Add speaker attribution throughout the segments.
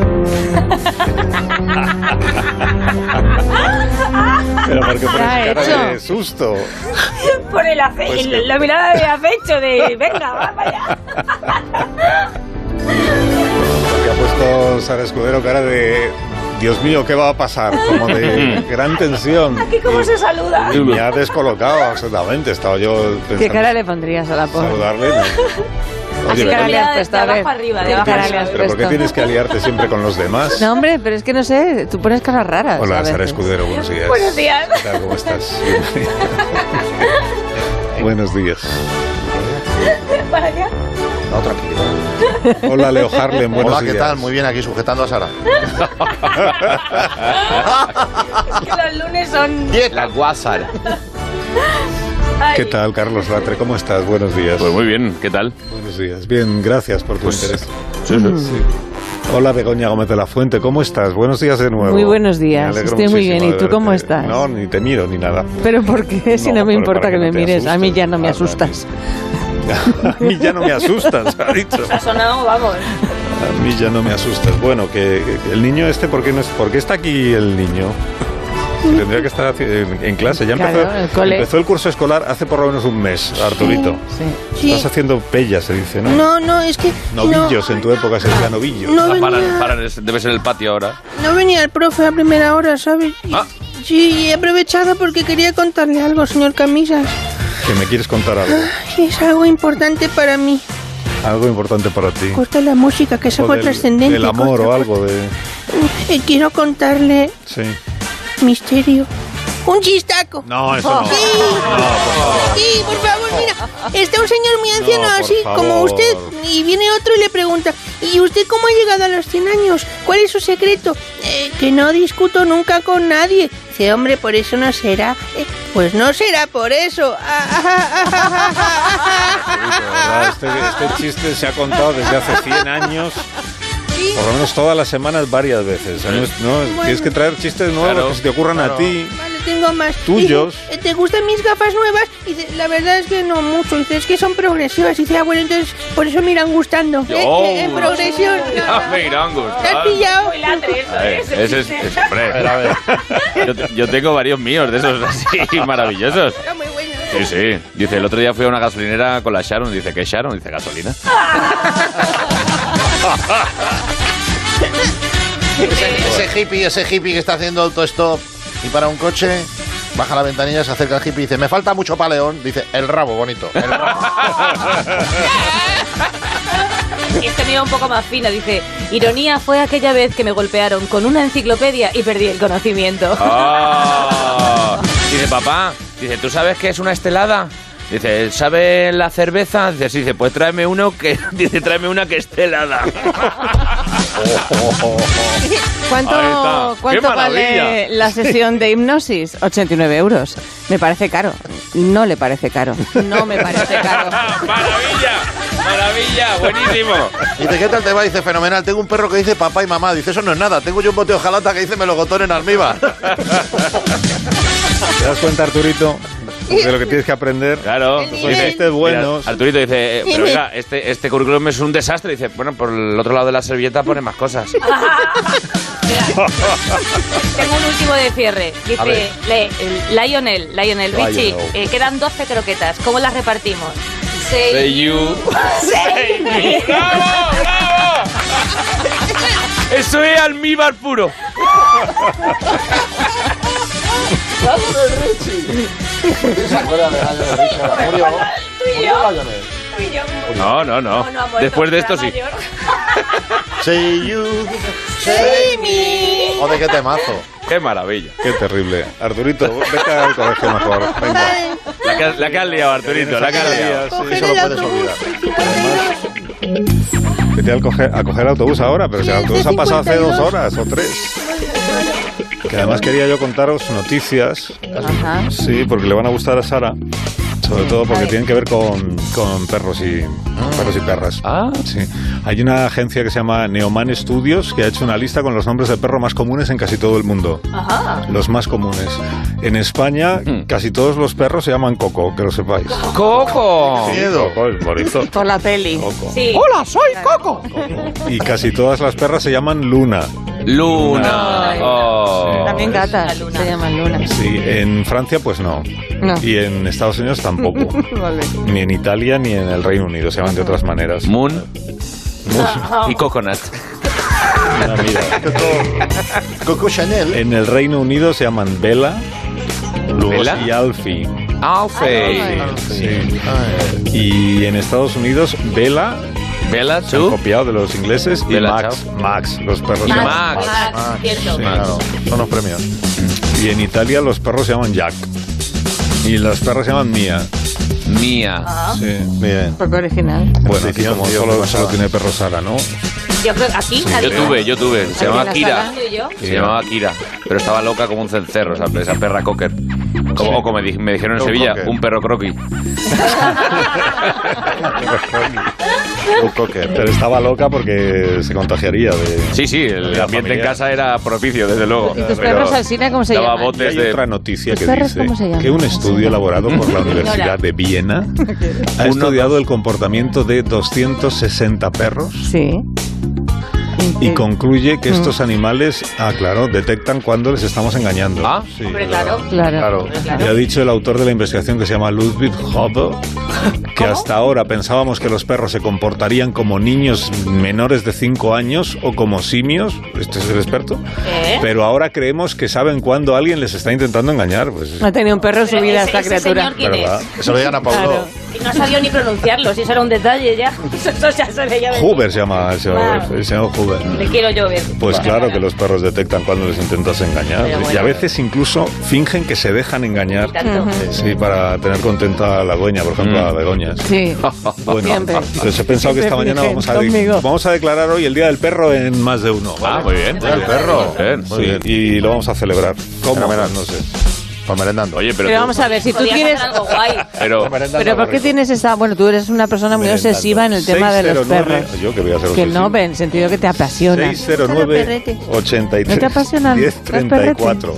Speaker 1: qué susto.
Speaker 2: Por el afe
Speaker 1: Pues
Speaker 2: el-
Speaker 1: que-
Speaker 2: la mirada de afecho de venga, va para allá.
Speaker 1: Que ha puesto Sara Escudero cara de Dios mío, ¿qué va a pasar? Como de gran tensión.
Speaker 2: Aquí cómo se saluda.
Speaker 1: Y me ha descolocado absolutamente. Estaba yo
Speaker 3: ¿Qué cara
Speaker 1: pensando
Speaker 3: le pondrías a la
Speaker 1: en
Speaker 3: pobre?
Speaker 1: saludarle. ¿no?
Speaker 3: Así
Speaker 1: Oye,
Speaker 3: que ahora
Speaker 1: pero-
Speaker 3: le has
Speaker 2: De-
Speaker 3: puesto,
Speaker 2: de
Speaker 3: a ver.
Speaker 2: abajo arriba, de
Speaker 3: ¿Qué
Speaker 2: abajo
Speaker 3: cara
Speaker 2: arriba.
Speaker 3: le has
Speaker 1: pero ¿por qué
Speaker 3: puesto?
Speaker 1: tienes que aliarte siempre con los demás?
Speaker 3: No, hombre, pero es que no sé, tú pones caras raras. a
Speaker 1: Hola,
Speaker 3: veces.
Speaker 1: Sara Escudero, buenos días.
Speaker 2: Buenos días.
Speaker 1: ¿Qué tal, ¿Cómo estás? buenos días.
Speaker 2: Para allá.
Speaker 4: No, tranquilo.
Speaker 1: Hola, Leo Harlem, buenos
Speaker 4: Hola,
Speaker 1: días.
Speaker 4: ¿qué tal? Muy bien, aquí sujetando a Sara.
Speaker 2: Es que los lunes son.
Speaker 5: La guasara.
Speaker 2: ay,
Speaker 1: ¿Qué tal, Carlos Latre? ¿Cómo estás? Buenos días.
Speaker 5: Pues muy bien, ¿qué tal?
Speaker 1: Buenos días. Bien, gracias por tu
Speaker 5: Pues-
Speaker 1: interés.
Speaker 5: Sí, sí.
Speaker 1: Hola Begoña Gómez de la Fuente, ¿cómo estás? Buenos días de nuevo.
Speaker 3: Muy buenos días,
Speaker 1: Me alegro
Speaker 3: estoy muy
Speaker 1: muchísimo
Speaker 3: bien. ¿Y
Speaker 1: de
Speaker 3: tú
Speaker 1: verte.
Speaker 3: cómo estás?
Speaker 1: No, ni te miro ni nada.
Speaker 3: Pero ¿por qué? Si no,
Speaker 1: No,
Speaker 3: me
Speaker 1: pero
Speaker 3: importa
Speaker 1: para
Speaker 3: que
Speaker 1: que
Speaker 3: me
Speaker 1: no te
Speaker 3: mires. A mí
Speaker 1: asustes.
Speaker 3: ya no me
Speaker 1: Ah, vale.
Speaker 3: asustas.
Speaker 1: A mí ya no me asustas, ha dicho.
Speaker 2: Ha sonado, vamos.
Speaker 1: A mí ya no me asustas. Bueno, que que el niño este, ¿por qué, no es, ¿por qué está aquí el niño? Tendría que estar haci- en, en clase. Ya
Speaker 3: Claro,
Speaker 1: empezó
Speaker 3: el cole.
Speaker 1: empezó el curso escolar hace por lo menos un mes, Arturito.
Speaker 3: Sí.
Speaker 6: Sí.
Speaker 1: Estás haciendo pella, se dice, ¿no?
Speaker 6: No, no, es que.
Speaker 1: Novillos, en tu época se decía novillos.
Speaker 6: No
Speaker 5: Ah, paran,
Speaker 6: venía,
Speaker 5: paran, es- debe ser el patio ahora.
Speaker 6: no venía el profe a primera hora, ¿sabes? Y-
Speaker 5: Ah.
Speaker 6: Sí, y he aprovechado porque quería contarle algo, señor Camisas.
Speaker 1: Que me quieres contar algo,
Speaker 6: Y es algo importante para mí.
Speaker 1: algo importante para ti.
Speaker 6: Corta la música, que es
Speaker 1: O
Speaker 6: algo
Speaker 1: del-
Speaker 6: trascendente.
Speaker 1: Del amor o
Speaker 6: corta,
Speaker 1: algo de...
Speaker 6: corta. Eh, quiero contarle
Speaker 1: Sí.
Speaker 6: misterio. ¡Un chistaco!
Speaker 1: No, eso no.
Speaker 6: Sí,
Speaker 1: Ah,
Speaker 6: sí, por favor, mira, está un señor muy anciano
Speaker 1: No, por
Speaker 6: así como
Speaker 1: favor.
Speaker 6: usted y viene otro y le pregunta, ¿y usted cómo ha llegado a los 100 años? ¿Cuál es su secreto? "Eh, que no discuto nunca con nadie. Dice, hombre, por eso no será. "Eh, pues no será por eso. Ah,
Speaker 1: Este, este chiste se ha contado desde hace 100 años,
Speaker 6: Sí,
Speaker 1: por lo menos todas las semanas, varias veces. ¿no? Es- no, es- Tienes que traer chistes nuevos
Speaker 5: Claro,
Speaker 1: que se te ocurran a ti.
Speaker 6: Vale, tengo más.
Speaker 1: Tuyos.
Speaker 6: Dice, "Eh, ¿Te gustan mis gafas nuevas? Dice, la verdad es que no mucho. Dice, es que son progresivas. Dice, ah, bueno, entonces por eso me irán gustando. Eh,
Speaker 5: Oh.
Speaker 6: eh, en progresión.
Speaker 5: Ya me irán
Speaker 6: ¿Te
Speaker 4: Ah.
Speaker 6: has
Speaker 5: gustando.
Speaker 6: pillado?
Speaker 2: Muy latre, eso
Speaker 5: Ah, A ver,
Speaker 2: es.
Speaker 5: Eh, Ese es, es- hombre,
Speaker 4: A ver, ¿eh? a ver.
Speaker 5: yo, te- yo tengo varios míos de esos así maravillosos.
Speaker 6: Está muy bueno. ¿eh?
Speaker 5: Sí, sí. Dice, el otro día fui a una gasolinera con la Sharon. Dice, ¿qué Sharon? Dice, gasolina.
Speaker 4: Ese, ese hippie, ese hippie que está haciendo autostop y para un coche, baja la ventanilla, se acerca al hippie y dice, me falta mucho paleón. Dice, el rabo, bonito. El rabo.
Speaker 2: Y este mío un poco más fino, dice, ironía fue aquella vez que me golpearon con una enciclopedia y perdí el conocimiento.
Speaker 5: Ah. Dice, papá, dice, ¿tú sabes qué es una estelada? Dice, ¿sabe la cerveza? Dice, sí, dice, pues tráeme uno que... Dice, tráeme una que esté helada. Ahí está.
Speaker 3: ¿Cuánto,
Speaker 5: ¡Qué
Speaker 3: cuánto vale
Speaker 5: maravilla!
Speaker 3: la sesión de hipnosis? 89 euros. Me parece caro. No le parece caro. No me parece caro.
Speaker 5: ¡Maravilla! ¡Maravilla! ¡Buenísimo!
Speaker 4: Dice, ¿qué tal te va? Dice, fenomenal. Tengo un perro que dice papá y mamá. Dice, eso no es nada. Tengo yo un bote de hojalata que dice melocotón en almíbar.
Speaker 1: ¿Te das cuenta, Arturito, de lo que tienes que aprender?
Speaker 5: Claro.
Speaker 6: El
Speaker 1: Son
Speaker 6: nivel.
Speaker 5: Dice,
Speaker 1: chistes buenos.
Speaker 5: mira, Arturito dice, eh, pero
Speaker 6: Dime.
Speaker 5: mira, este, este currículum es un desastre. Dice, bueno, por el otro lado de la servilleta pone más cosas.
Speaker 2: Tengo un último de cierre.
Speaker 4: A
Speaker 2: Dice
Speaker 4: ver.
Speaker 2: le- el- Lionel, Lionel,
Speaker 1: Lionel.
Speaker 2: Richie, eh, quedan 12 croquetas. ¿Cómo las repartimos?
Speaker 5: Say you. Say me. ¡Bravo! ¡Bravo! Eso es almíbar puro. No, no, no.
Speaker 2: No, no ha muerto,
Speaker 5: Después de esto
Speaker 2: será
Speaker 5: sí.
Speaker 2: mayor.
Speaker 4: Say you, say me. Joder, qué temazo.
Speaker 5: Qué maravilla.
Speaker 1: Qué terrible. Arturito, vete al colegio mejor. Venga.
Speaker 6: Vale,
Speaker 5: La que, la que has liado, Arturito, la que has liado.
Speaker 6: coger
Speaker 4: Eso
Speaker 6: el
Speaker 4: lo puedes
Speaker 6: autobús.
Speaker 4: olvidar.
Speaker 1: Vete al coger- a coger el autobús ahora, pero si el
Speaker 6: Sí,
Speaker 1: autobús ha pasado hace dos
Speaker 6: 52.
Speaker 1: horas o tres. Que además quería yo contaros noticias
Speaker 3: Ajá.
Speaker 1: Sí, porque le van a gustar a Sara. Sobre todo porque tienen que ver con, con perros y con perros y perras.
Speaker 5: Ah.
Speaker 1: Sí. Hay una agencia que se llama Neoman Studios que ha hecho una lista con los nombres de perro más comunes en casi todo el mundo.
Speaker 2: Ajá.
Speaker 1: Los más comunes. En España,
Speaker 5: Mm.
Speaker 1: casi todos los perros se llaman Coco, que lo sepáis.
Speaker 5: ¡Coco!
Speaker 4: Miedo.
Speaker 1: Coco es bonito.
Speaker 3: Por la peli.
Speaker 1: Coco.
Speaker 2: Sí.
Speaker 5: ¡Hola, soy Coco!
Speaker 1: Y casi todas las perras se llaman Luna.
Speaker 5: Luna.
Speaker 2: Luna.
Speaker 5: Oh.
Speaker 3: También gatas
Speaker 2: La luna.
Speaker 3: se llaman lunas.
Speaker 1: Sí, en Francia pues no.
Speaker 3: No.
Speaker 1: Y en Estados Unidos tampoco.
Speaker 3: Vale.
Speaker 1: ni en Italia ni en el Reino Unido, se llaman de otras maneras.
Speaker 5: Moon y Coconut.
Speaker 1: Ah, Mira, mira.
Speaker 4: Coco Chanel.
Speaker 1: En el Reino Unido se llaman Bella, luego
Speaker 5: ¿Bella?
Speaker 1: y Alfie. Ah,
Speaker 5: Alfie.
Speaker 1: Sí. Y en Estados Unidos Bella,
Speaker 5: Bella,
Speaker 1: se han
Speaker 5: tú.
Speaker 1: copiado de los ingleses, y
Speaker 5: Bella,
Speaker 1: Max, Max, los perros se
Speaker 5: Max.
Speaker 1: llaman
Speaker 5: Max.
Speaker 2: Max, cierto.
Speaker 1: Sí, claro, son los premios. Y en Italia los perros se llaman Jack. Y las perras se llaman Mia.
Speaker 5: Mía.
Speaker 3: Ah.
Speaker 1: Sí.
Speaker 4: Bien.
Speaker 3: Poco original.
Speaker 1: Bueno,
Speaker 4: Sí,
Speaker 1: aquí
Speaker 4: tío,
Speaker 1: como
Speaker 4: tío,
Speaker 1: solo,
Speaker 4: qué
Speaker 1: solo
Speaker 4: pasada.
Speaker 1: tiene perro Sara, ¿no?
Speaker 2: Yo creo que aquí
Speaker 5: Yo
Speaker 2: nadie.
Speaker 5: tuve, yo tuve. Se
Speaker 3: ¿Alguien
Speaker 5: llamaba
Speaker 3: la
Speaker 5: Kira.
Speaker 3: sabe?
Speaker 2: ¿Y yo?
Speaker 5: Se llamaba Kira. Pero estaba loca como un cencerro, esa, esa perra cocker. Como, o como me, di- me dijeron en
Speaker 4: Un
Speaker 5: Sevilla,
Speaker 4: cocker.
Speaker 5: un perro croqui.
Speaker 4: Un cocker.
Speaker 1: Pero estaba loca porque se contagiaría de...
Speaker 5: Sí, sí, el
Speaker 1: La
Speaker 5: ambiente en
Speaker 1: familia.
Speaker 5: casa era propicio, desde luego.
Speaker 3: ¿Y tus
Speaker 5: Pero
Speaker 3: perros al cine cómo se
Speaker 5: daba
Speaker 3: llaman?
Speaker 1: Y
Speaker 5: botes
Speaker 1: hay
Speaker 5: de
Speaker 1: otra noticia que
Speaker 3: ¿Los perros
Speaker 1: dice
Speaker 3: cómo se llaman?
Speaker 1: que un estudio elaborado por la
Speaker 2: Ignora.
Speaker 1: Universidad de Viena ha
Speaker 5: Un
Speaker 1: estudiado el comportamiento de 260 perros
Speaker 3: Sí. Mm.
Speaker 1: y concluye que estos animales, ah, claro, detectan cuando les estamos engañando.
Speaker 5: Ah.
Speaker 1: Sí,
Speaker 2: Hombre, claro.
Speaker 1: Claro.
Speaker 3: Claro.
Speaker 1: Y ha dicho el autor de la investigación que se llama Ludwig Hobo que hasta ahora pensábamos que los perros se comportarían como niños menores de 5 años o como simios, este es el experto,
Speaker 2: ¿Eh?
Speaker 1: pero ahora creemos que saben cuando alguien les está intentando engañar, pues
Speaker 3: No ha tenido un perro en su
Speaker 2: Pero
Speaker 3: vida
Speaker 2: ese-
Speaker 3: esta
Speaker 2: ese
Speaker 3: criatura.
Speaker 2: señor que- ¿Quién
Speaker 1: ¿verdad?
Speaker 4: Eso lo digan a Paulo.
Speaker 3: Claro.
Speaker 2: Y no sabía ni pronunciarlo, si eso era un detalle ya. Eso ya se veía venir.
Speaker 1: Hoover se llama el señor,
Speaker 2: Claro.
Speaker 1: el señor Hoover.
Speaker 2: Le quiero yo ver.
Speaker 1: Pues claro que los perros detectan cuando les intentas engañar
Speaker 2: Pero
Speaker 1: y a
Speaker 2: bueno.
Speaker 1: veces incluso fingen que se dejan engañar.
Speaker 2: Y tanto.
Speaker 1: Sí, para tener contenta a la dueña, por ejemplo,
Speaker 5: Mm.
Speaker 1: a Begoña. sí.
Speaker 3: Sí.
Speaker 1: Bueno,
Speaker 3: Siempre.
Speaker 1: pues he pensado que
Speaker 3: Siempre
Speaker 1: esta mañana
Speaker 3: fingen
Speaker 1: vamos a, de-
Speaker 3: conmigo.
Speaker 1: vamos a declarar hoy el Día del Perro en más de uno.
Speaker 5: Ah,
Speaker 1: ¿vale?
Speaker 5: muy bien.
Speaker 4: Mira el perro.
Speaker 5: Bien. Pues
Speaker 1: Sí, y lo vamos a celebrar. ¿Cómo? Pues
Speaker 4: Fenomenal.
Speaker 1: No sé.
Speaker 4: Para merendando.
Speaker 5: Oye, pero,
Speaker 3: Pero
Speaker 5: tú-
Speaker 3: vamos a ver, si tú
Speaker 2: Podías hacer
Speaker 3: quieres...
Speaker 2: algo guay.
Speaker 5: pero
Speaker 4: Para merendando
Speaker 3: Pero ¿por
Speaker 4: algo
Speaker 3: qué
Speaker 4: rico.
Speaker 3: tienes esa... Bueno, tú eres una persona muy
Speaker 1: Merendando.
Speaker 3: obsesiva en el tema de los
Speaker 1: 609,
Speaker 3: perros.
Speaker 1: Yo que voy a ser
Speaker 3: Que
Speaker 1: obsesivo.
Speaker 3: no, pero en el sentido que te apasiona.
Speaker 6: Perrete.
Speaker 1: 609 83
Speaker 3: ¿No te apasionan los
Speaker 1: 1034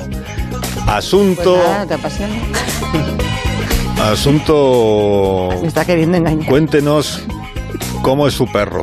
Speaker 1: Asunto
Speaker 3: Pues nada, te apasiona.
Speaker 1: asunto
Speaker 3: Me está queriendo engañar.
Speaker 1: cuéntenos cómo es su perro.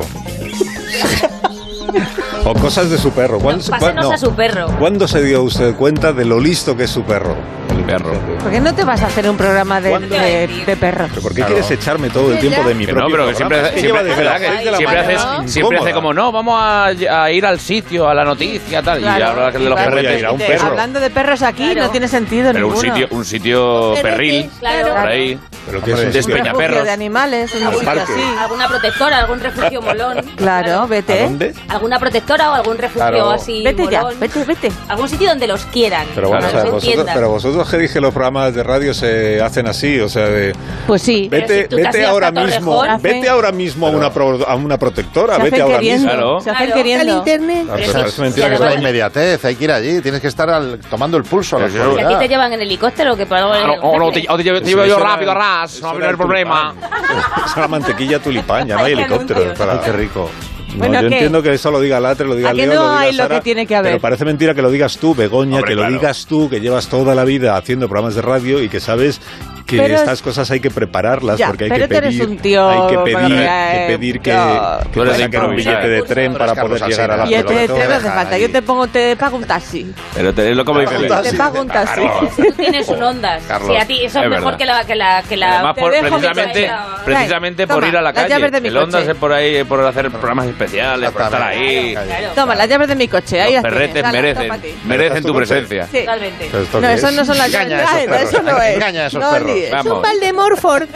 Speaker 1: o cosas de su perro. ¿Cuándo, se-
Speaker 2: Pásenos
Speaker 1: no.
Speaker 2: a su perro.
Speaker 1: ¿Cuándo se dio usted cuenta de lo listo que es su perro?
Speaker 5: el perro.
Speaker 3: ¿Por qué no te vas a hacer un programa de,
Speaker 1: ¿Cuándo?
Speaker 3: de, de perros?
Speaker 1: ¿Pero ¿Por qué
Speaker 4: Claro.
Speaker 1: quieres echarme todo el tiempo de mi
Speaker 5: Que no,
Speaker 1: propio
Speaker 5: pero que siempre,
Speaker 1: programa? Es que lleva
Speaker 5: siempre,
Speaker 1: desde
Speaker 5: ¿verdad?
Speaker 1: las seis de la
Speaker 5: siempre
Speaker 1: mañana
Speaker 5: haces, siempre hace
Speaker 1: incómoda.
Speaker 5: como, no, vamos a, a ir al sitio, a la noticia, tal. Y
Speaker 3: Claro.
Speaker 5: hablar de los
Speaker 3: Claro.
Speaker 1: Voy a
Speaker 5: perretes.
Speaker 1: ir a un perro.
Speaker 3: Hablando de perros aquí
Speaker 2: Claro.
Speaker 3: no tiene sentido
Speaker 5: Pero un
Speaker 3: ninguno.
Speaker 5: sitio, un sitio perril, por
Speaker 2: Claro.
Speaker 5: ahí.
Speaker 1: Pero que es
Speaker 4: Hombre,
Speaker 1: un
Speaker 5: de
Speaker 1: sitio-
Speaker 5: Peñaperros.
Speaker 3: refugio de animales, un
Speaker 1: Al
Speaker 3: sitio
Speaker 1: parque.
Speaker 3: así.
Speaker 2: Alguna protectora, algún refugio molón.
Speaker 3: Claro,
Speaker 1: ¿A
Speaker 3: vete.
Speaker 1: dónde?
Speaker 2: Alguna protectora o algún refugio
Speaker 1: Claro.
Speaker 2: así.
Speaker 3: Vete ya,
Speaker 2: molón.
Speaker 3: vete, vete.
Speaker 2: Algún sitio donde los quieran.
Speaker 1: Pero vamos
Speaker 5: Claro.
Speaker 1: a ver,
Speaker 2: donde los
Speaker 1: vosotros,
Speaker 2: entiendan.
Speaker 1: pero vosotros que dije los programas de radio se hacen así, o sea, de,
Speaker 3: Pues sí.
Speaker 2: Pero
Speaker 1: vete,
Speaker 2: si tú te
Speaker 1: vete
Speaker 2: hacías
Speaker 1: ahora
Speaker 2: Tato
Speaker 1: mismo,
Speaker 2: Rejón.
Speaker 1: vete ahora mismo a una, pro- a una protectora,
Speaker 3: se
Speaker 1: vete
Speaker 3: hacen
Speaker 1: ahora
Speaker 3: queriendo.
Speaker 1: mismo.
Speaker 5: Claro. Ah,
Speaker 3: Se hacen
Speaker 2: Claro.
Speaker 6: Al
Speaker 3: queriendo.
Speaker 6: internet.
Speaker 1: Ah, pero
Speaker 2: Eso
Speaker 1: parece
Speaker 2: es-
Speaker 1: mentira
Speaker 2: sí,
Speaker 1: que
Speaker 4: Es la
Speaker 1: no-
Speaker 4: inmediatez, hay que ir allí, tienes que estar al- tomando el pulso a la
Speaker 5: Eso.
Speaker 2: Si aquí te
Speaker 4: actualidad.
Speaker 2: llevan en helicóptero, que para
Speaker 5: O, o no, te, o te llevo- te llevo
Speaker 1: Eso
Speaker 5: yo
Speaker 1: era-
Speaker 5: rápido, ras,
Speaker 1: eso
Speaker 5: no va a
Speaker 1: era
Speaker 5: haber
Speaker 1: el
Speaker 5: problema.
Speaker 1: tulipán. Es la mantequilla tulipán, ya no hay
Speaker 2: Ay, qué
Speaker 1: helicóptero.
Speaker 2: anuncio.
Speaker 1: Para...
Speaker 4: Ay, qué rico.
Speaker 1: No,
Speaker 3: Bueno,
Speaker 1: yo
Speaker 3: ¿qué?
Speaker 1: entiendo que eso lo diga Latre, lo diga
Speaker 3: ¿A que no
Speaker 1: Leo, lo diga
Speaker 3: hay lo
Speaker 1: Sara,
Speaker 3: que tiene que haber?
Speaker 1: Pero parece mentira que lo digas tú, Begoña,
Speaker 5: Hombre,
Speaker 1: que lo
Speaker 5: claro.
Speaker 1: digas tú, que llevas toda la vida haciendo programas de radio y que sabes que
Speaker 3: Pero es-
Speaker 1: estas cosas hay que prepararlas
Speaker 3: Ya,
Speaker 1: porque hay
Speaker 3: pero
Speaker 1: que
Speaker 3: tú eres
Speaker 1: pedir,
Speaker 3: un tío
Speaker 1: hay que
Speaker 3: con
Speaker 1: pedir,
Speaker 3: la-
Speaker 1: que, pedir que,
Speaker 3: Ya.
Speaker 1: que
Speaker 5: Tú eres
Speaker 1: te
Speaker 5: de
Speaker 1: saquen un
Speaker 5: improvisar.
Speaker 1: billete de tren
Speaker 4: Tú
Speaker 1: para
Speaker 4: eres
Speaker 1: poder
Speaker 4: Carlos
Speaker 1: llegar a la
Speaker 4: Alsina.
Speaker 3: Y este
Speaker 1: pelota.
Speaker 3: te
Speaker 4: Pero te
Speaker 3: no hace
Speaker 4: dejan
Speaker 3: falta.
Speaker 4: ahí.
Speaker 3: Yo te pongo, te pago un taxi.
Speaker 5: Pero te- es lo que me dice
Speaker 1: Te
Speaker 5: Luis.
Speaker 1: pago
Speaker 3: Te pago un taxi.
Speaker 2: Tú tienes un ondas.
Speaker 5: Carlos,
Speaker 2: Si a ti eso es,
Speaker 5: es
Speaker 2: mejor
Speaker 5: verdad.
Speaker 2: que la que la que la.
Speaker 5: Además,
Speaker 3: te
Speaker 5: por-
Speaker 3: dejo mi
Speaker 5: precisamente,
Speaker 2: coche.
Speaker 5: precisamente por
Speaker 3: Toma,
Speaker 5: ir a la
Speaker 3: las llaves de
Speaker 5: calle.
Speaker 3: mi
Speaker 5: El Ondas
Speaker 3: coche.
Speaker 5: es por ahí, por hacer programas especiales, por estar ahí.
Speaker 2: Claro, claro.
Speaker 3: Toma, las llaves de mi coche. Ahí
Speaker 5: Los
Speaker 3: las
Speaker 5: perretes
Speaker 3: tienes. Dale,
Speaker 5: merecen,
Speaker 3: toma a ti.
Speaker 5: merecen tu
Speaker 1: Pero estás tú
Speaker 5: presencia.
Speaker 3: Sí.
Speaker 2: Totalmente.
Speaker 1: ¿Pero esto
Speaker 3: No,
Speaker 1: qué
Speaker 3: esas
Speaker 1: es?
Speaker 3: no son las
Speaker 4: Engaña a
Speaker 3: llaves. Ay,
Speaker 4: esos perros.
Speaker 3: Eso no es.
Speaker 4: Engaña a esos
Speaker 3: No
Speaker 4: perros.
Speaker 3: líes.
Speaker 5: Vamos.
Speaker 6: Un Valdemar Ford.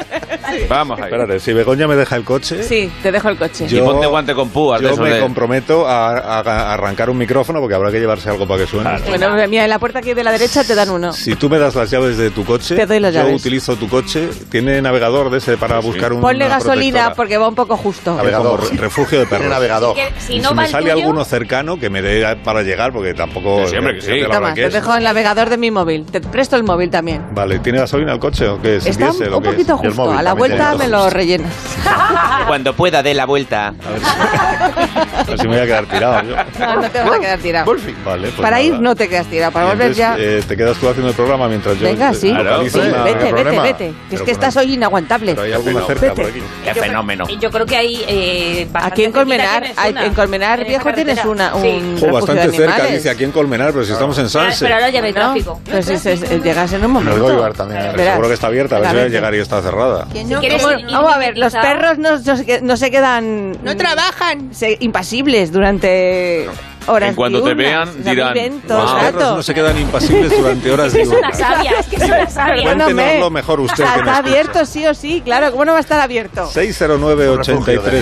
Speaker 5: Vamos ahí.
Speaker 1: Espérate, si Begoña me deja el coche...
Speaker 3: Sí, te dejo el coche.
Speaker 5: Y ponte guante con púas de
Speaker 1: Yo
Speaker 5: esos
Speaker 1: me
Speaker 5: de-
Speaker 1: comprometo a, a- a arrancar un micrófono porque habrá que llevarse algo para que suene.
Speaker 3: Bueno, mira, en la puerta aquí de la derecha te dan uno.
Speaker 1: Si tú me das las llaves de tu coche,
Speaker 3: Te doy las
Speaker 1: yo
Speaker 3: llaves.
Speaker 1: utilizo tu coche. Tiene navegador de ese para buscar un.
Speaker 3: Ponle gasolina porque va un poco justo.
Speaker 1: A ver, como re- refugio de
Speaker 4: Tiene
Speaker 1: perros.
Speaker 4: navegador.
Speaker 2: Que si
Speaker 1: Y
Speaker 2: no
Speaker 1: si
Speaker 2: va
Speaker 1: me
Speaker 2: el
Speaker 1: sale
Speaker 2: tuyo,
Speaker 1: alguno cercano que me dé para llegar porque tampoco.
Speaker 5: Sí, hombre, que sí.
Speaker 1: fíjate la hora
Speaker 3: Toma,
Speaker 1: que
Speaker 3: te
Speaker 1: es.
Speaker 3: dejo el navegador de mi móvil. Te presto el móvil también.
Speaker 1: Vale, ¿tiene gasolina el coche o o qué es?
Speaker 3: Está
Speaker 1: ¿Diésel o
Speaker 3: un
Speaker 1: qué es?
Speaker 3: poquito
Speaker 4: Y el
Speaker 3: justo.
Speaker 4: móvil
Speaker 3: a la
Speaker 4: también
Speaker 3: vuelta
Speaker 4: tiene
Speaker 3: me
Speaker 4: dos.
Speaker 3: lo rellenas.
Speaker 5: Cuando pueda, dé la vuelta.
Speaker 1: A ver si, a ver si me voy a quedar tirado yo.
Speaker 3: No, no te vas a quedar tirado.
Speaker 4: Wolfi.
Speaker 1: Vale, pues
Speaker 3: para ir
Speaker 1: nada.
Speaker 3: no te quedas tirado, para
Speaker 1: Y
Speaker 3: volver
Speaker 1: entonces,
Speaker 3: ya.
Speaker 1: eh, te quedas tú haciendo el programa mientras Pues yo.
Speaker 3: Venga, sí.
Speaker 1: Claro,
Speaker 3: Sí,
Speaker 1: una-
Speaker 3: vete, vete,
Speaker 4: problema.
Speaker 3: vete. Que Es
Speaker 1: Pero
Speaker 3: que
Speaker 1: con-
Speaker 3: estás hoy inaguantable.
Speaker 1: Pero hay alguna
Speaker 4: Vete.
Speaker 1: cerca por aquí.
Speaker 5: Qué fenómeno.
Speaker 2: Y yo creo que hay eh, bastante
Speaker 3: Aquí en
Speaker 2: cerquita
Speaker 3: Colmenar,
Speaker 2: tienes
Speaker 3: hay-
Speaker 2: una,
Speaker 3: en Colmenar
Speaker 2: esa
Speaker 3: Viejo
Speaker 2: carretera.
Speaker 3: tienes una,
Speaker 2: Sí.
Speaker 3: un
Speaker 1: Jo,
Speaker 3: refugio
Speaker 1: bastante
Speaker 3: de
Speaker 1: cerca,
Speaker 3: animales.
Speaker 1: dice aquí en Colmenar, pero si estamos en
Speaker 2: Ah,
Speaker 1: Sanse.
Speaker 2: Pero ahora ya no hay
Speaker 3: ¿No?
Speaker 2: tráfico.
Speaker 3: Pues es- es- es- llegas en un momento.
Speaker 4: Elgoibar también.
Speaker 1: Pero
Speaker 3: Verás.
Speaker 1: eh, Seguro que está abierta, a ver si voy a
Speaker 3: Claramente.
Speaker 1: llegar y está cerrada.
Speaker 6: Que no,
Speaker 2: quieres
Speaker 6: que
Speaker 2: ir-
Speaker 6: no-
Speaker 3: Vamos a ver, los
Speaker 2: Quizá-
Speaker 3: perros no, no se, que- no se quedan...
Speaker 6: no trabajan.
Speaker 3: se- impasibles durante horas
Speaker 5: En cuanto te
Speaker 3: diurnas.
Speaker 5: vean,
Speaker 3: O sea,
Speaker 5: dirán,
Speaker 3: viven todo
Speaker 5: "Wow".
Speaker 1: Los
Speaker 3: el
Speaker 5: Ah,
Speaker 1: perros
Speaker 3: rato.
Speaker 1: no se quedan impasibles durante horas
Speaker 2: Es una
Speaker 1: diurnas.
Speaker 2: sabia, es que es una sabia.
Speaker 1: Perdóname. Cuéntenoslo
Speaker 3: Cuéntenoslo
Speaker 1: mejor usted que me
Speaker 3: Está
Speaker 1: escucha.
Speaker 3: abierto sí o sí, claro. ¿Cómo no va a estar abierto?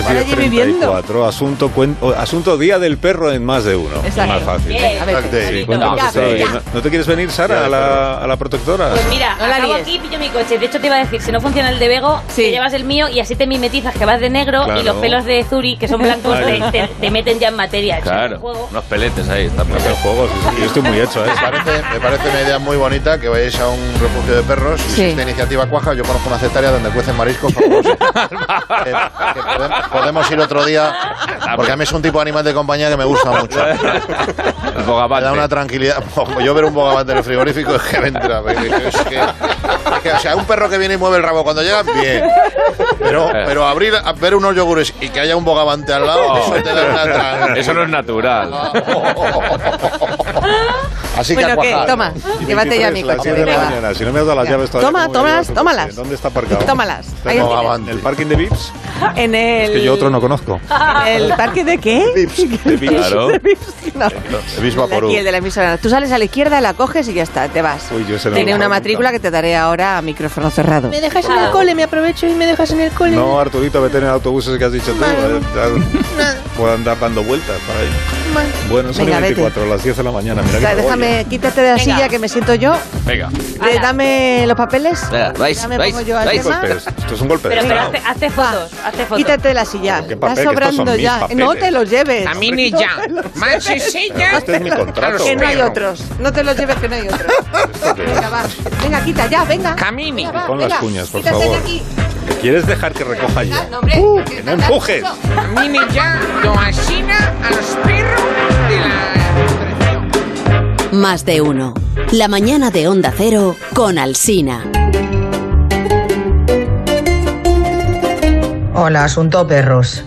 Speaker 1: 609-83-1034. Asunto, cuen- o- asunto Día del Perro en más de uno.
Speaker 3: Exacto. Eh,
Speaker 1: Más fácil.
Speaker 2: Bien.
Speaker 3: A ver, sí.
Speaker 4: Exacto.
Speaker 1: Sí, cuéntanos
Speaker 5: Venga,
Speaker 1: eso.
Speaker 5: venga.
Speaker 1: ¿No- ¿No te quieres venir, Sara, a la, a la protectora?
Speaker 2: Pues mira,
Speaker 3: No la
Speaker 2: acabo
Speaker 3: líes.
Speaker 2: aquí, pillo mi coche. De hecho, te iba a decir, si no funciona el de Bego,
Speaker 3: Sí.
Speaker 2: te llevas el mío y así te mimetizas que vas de negro
Speaker 1: Claro.
Speaker 2: y los pelos de Zuri, que son blancos,
Speaker 1: Ay.
Speaker 2: te, te- te meten ya en materia. Es un
Speaker 5: Claro,
Speaker 2: juego.
Speaker 5: unos peletes ahí, está
Speaker 1: No sé,
Speaker 5: perfecto.
Speaker 1: juegos. Yo estoy muy hecho, ¿eh?
Speaker 4: Me parece, me parece una idea muy bonita que vayáis a un refugio de perros. Y si
Speaker 3: Sí.
Speaker 4: esta iniciativa cuaja, yo conozco una cetárea donde cuecen mariscos fabulosos. Que- que podemos, podemos ir otro día, porque a mí es un tipo de animal de compañía que me gusta mucho.
Speaker 5: El
Speaker 4: Me da una
Speaker 5: bogavante.
Speaker 4: tranquilidad. Yo ver un bogavante en el frigorífico es que me entra. Es que, es que, o sea, un perro que viene y mueve el rabo cuando llega, bien. Pero,
Speaker 5: Eh.
Speaker 4: pero abrir, ver unos yogures y que haya un bogavante al lado, eso te da una tranquilidad.
Speaker 5: Eso no es natural.
Speaker 4: Así que a
Speaker 3: Bueno, ¿qué?
Speaker 4: cuajar.
Speaker 3: Toma, llévate ya mi
Speaker 1: 23, las
Speaker 3: coche.
Speaker 1: 10 de la
Speaker 3: venga, va.
Speaker 1: mañana. Si no me has dado las
Speaker 3: Ya.
Speaker 1: llaves todavía.
Speaker 3: Toma,
Speaker 1: ¿cómo voy a
Speaker 3: tomas,
Speaker 1: llevar tu
Speaker 3: tómalas.
Speaker 1: coche? ¿Dónde está aparcado?
Speaker 3: Tómalas. Ahí
Speaker 4: Tengo
Speaker 3: las tienes.
Speaker 4: bogavante.
Speaker 1: ¿En el parking de Vips?
Speaker 3: En el...
Speaker 1: Que yo otro no conozco.
Speaker 3: ¿El parque de qué?
Speaker 1: De Vips.
Speaker 5: Claro.
Speaker 3: De Vips, no.
Speaker 4: El Vips Vaporub.
Speaker 3: Aquí el de la emisora. Tú sales a la izquierda, la coges y ya está, te vas.
Speaker 1: Uy, yo ese no
Speaker 3: Tiene
Speaker 1: lo
Speaker 3: una
Speaker 1: hago
Speaker 3: matrícula que
Speaker 1: nunca.
Speaker 3: te daré ahora a micrófono cerrado.
Speaker 6: Me dejas en el cole, me aprovecho y me dejas en el cole.
Speaker 1: No, Arturito, vete en el autobús ese que has dicho tú.
Speaker 6: Bueno.
Speaker 1: eh, tal.
Speaker 6: Nada,
Speaker 1: Puedo andar dando vueltas para ahí.
Speaker 6: mal.
Speaker 1: Bueno, son
Speaker 3: Venga,
Speaker 1: y
Speaker 3: vete.
Speaker 1: 24, las 10 de la mañana. Mira
Speaker 3: O
Speaker 1: que
Speaker 3: sea,
Speaker 1: me voy,
Speaker 3: déjame,
Speaker 1: eh.
Speaker 3: quítate de la
Speaker 2: Venga.
Speaker 3: silla que me siento yo.
Speaker 5: Venga.
Speaker 3: Eh, dame los papeles.
Speaker 5: Venga, vais,
Speaker 3: Ya me
Speaker 5: vais,
Speaker 3: pongo yo al
Speaker 5: vais.
Speaker 3: tema.
Speaker 1: Pero esto es un golpe de
Speaker 2: Pero, pero
Speaker 1: estado.
Speaker 2: hazte, hazte fotos, hazte fotos.
Speaker 3: Quítate de la silla.
Speaker 1: Pero qué
Speaker 3: Está
Speaker 1: papel, que estos
Speaker 3: sobrando
Speaker 1: son mis
Speaker 3: ya.
Speaker 1: papeles.
Speaker 3: No te los lleves.
Speaker 7: A mí ni ya. Más
Speaker 1: Pero Este es mi contrato.
Speaker 3: Que no hay otros. No te los lleves que no hay otros.
Speaker 1: ¿Esto qué es?
Speaker 3: Venga, va. Venga, quita ya, venga.
Speaker 7: Camini.
Speaker 3: Venga, va,
Speaker 1: Pon las
Speaker 3: venga.
Speaker 1: cuñas, por
Speaker 3: Quítate de
Speaker 1: favor.
Speaker 3: aquí.
Speaker 1: ¿Que ¿Quieres dejar que recoja yo?
Speaker 3: No, hombre,
Speaker 1: ¡Uh,
Speaker 3: que
Speaker 1: que no
Speaker 3: está-
Speaker 1: empujes!
Speaker 7: A mí ni ya. Yo asina a los perros de la...
Speaker 8: Más de uno. La mañana de Onda Cero con Alsina.
Speaker 9: Hola, asunto perros.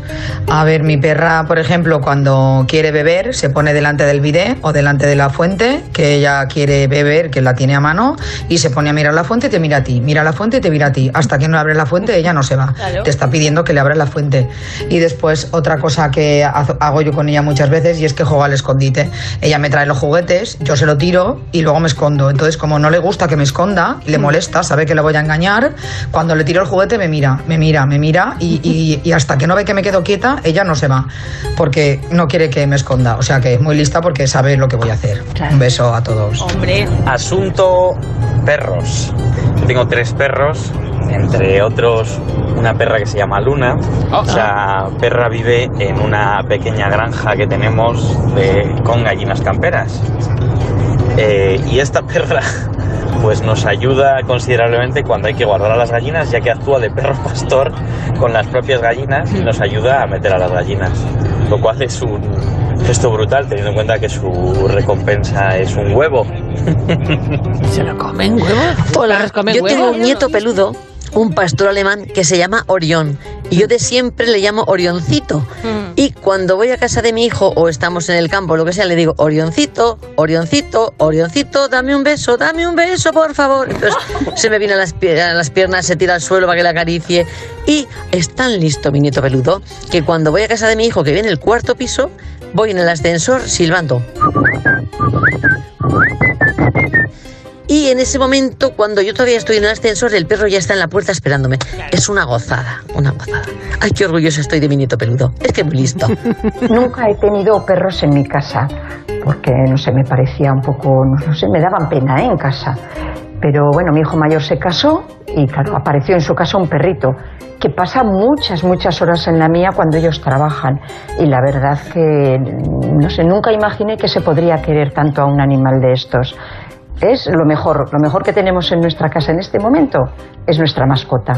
Speaker 9: A ver, mi perra, por ejemplo, cuando quiere beber, se pone delante del bidé o delante de la fuente, que ella quiere beber, que la tiene a mano, y se pone a mirar la fuente y te mira a ti, mira la fuente y te mira a ti. Hasta que no abres la fuente, ella no se va.
Speaker 2: Claro.
Speaker 9: Te está pidiendo que le abras la fuente. Y después, otra cosa que haz- hago yo con ella muchas veces, y es que juega al escondite. Ella me trae los juguetes, yo se lo tiro y luego me escondo. Entonces, como no le gusta que me esconda, le molesta, sabe que le voy a engañar, cuando le tiro el juguete me mira, me mira, me mira, y, y- y hasta que no ve que me quedo quieta, ella no se va, porque no quiere que me esconda. O sea que es muy lista porque sabe lo que voy a hacer. Un beso a todos.
Speaker 2: Hombre,
Speaker 10: Asunto perros. Yo tengo tres perros, entre otros una perra que se llama Luna. La perra vive en una pequeña granja que tenemos de- con gallinas camperas. Eh, y esta perra pues nos ayuda considerablemente cuando hay que guardar a las gallinas, ya que actúa de perro pastor con las propias gallinas y nos ayuda a meter a las gallinas. Lo cual es un gesto brutal, teniendo en cuenta que su recompensa es un huevo.
Speaker 11: Hola, yo tengo un nieto peludo, un pastor alemán que se llama Orión. Y yo de siempre le llamo Orioncito. Y cuando voy a casa de mi hijo o estamos en el campo, lo que sea, le digo Orioncito, Orioncito, Orioncito, dame un beso, dame un beso, por favor. Entonces se me viene a las, pier- a las piernas, se tira al suelo para que la acaricie. Y es tan listo mi nieto peludo que cuando voy a casa de mi hijo, que viene el cuarto piso, voy en el ascensor silbando. Y en ese momento, cuando yo todavía estoy en el ascensor, el perro ya está en la puerta esperándome. Es una gozada, una gozada. Ay, qué orgullosa estoy de mi nieto peludo. Es que muy listo.
Speaker 9: Nunca he tenido perros en mi casa, porque no sé, me parecía un poco, no, no sé, me daban pena ¿eh? en casa. Pero bueno, mi hijo mayor se casó y claro, apareció en su casa un perrito que pasa muchas, muchas horas en la mía cuando ellos trabajan. Y la verdad que, no sé, nunca imaginé que se podría querer tanto a un animal de estos. es lo mejor. Lo mejor que tenemos en nuestra casa en este momento es nuestra mascota.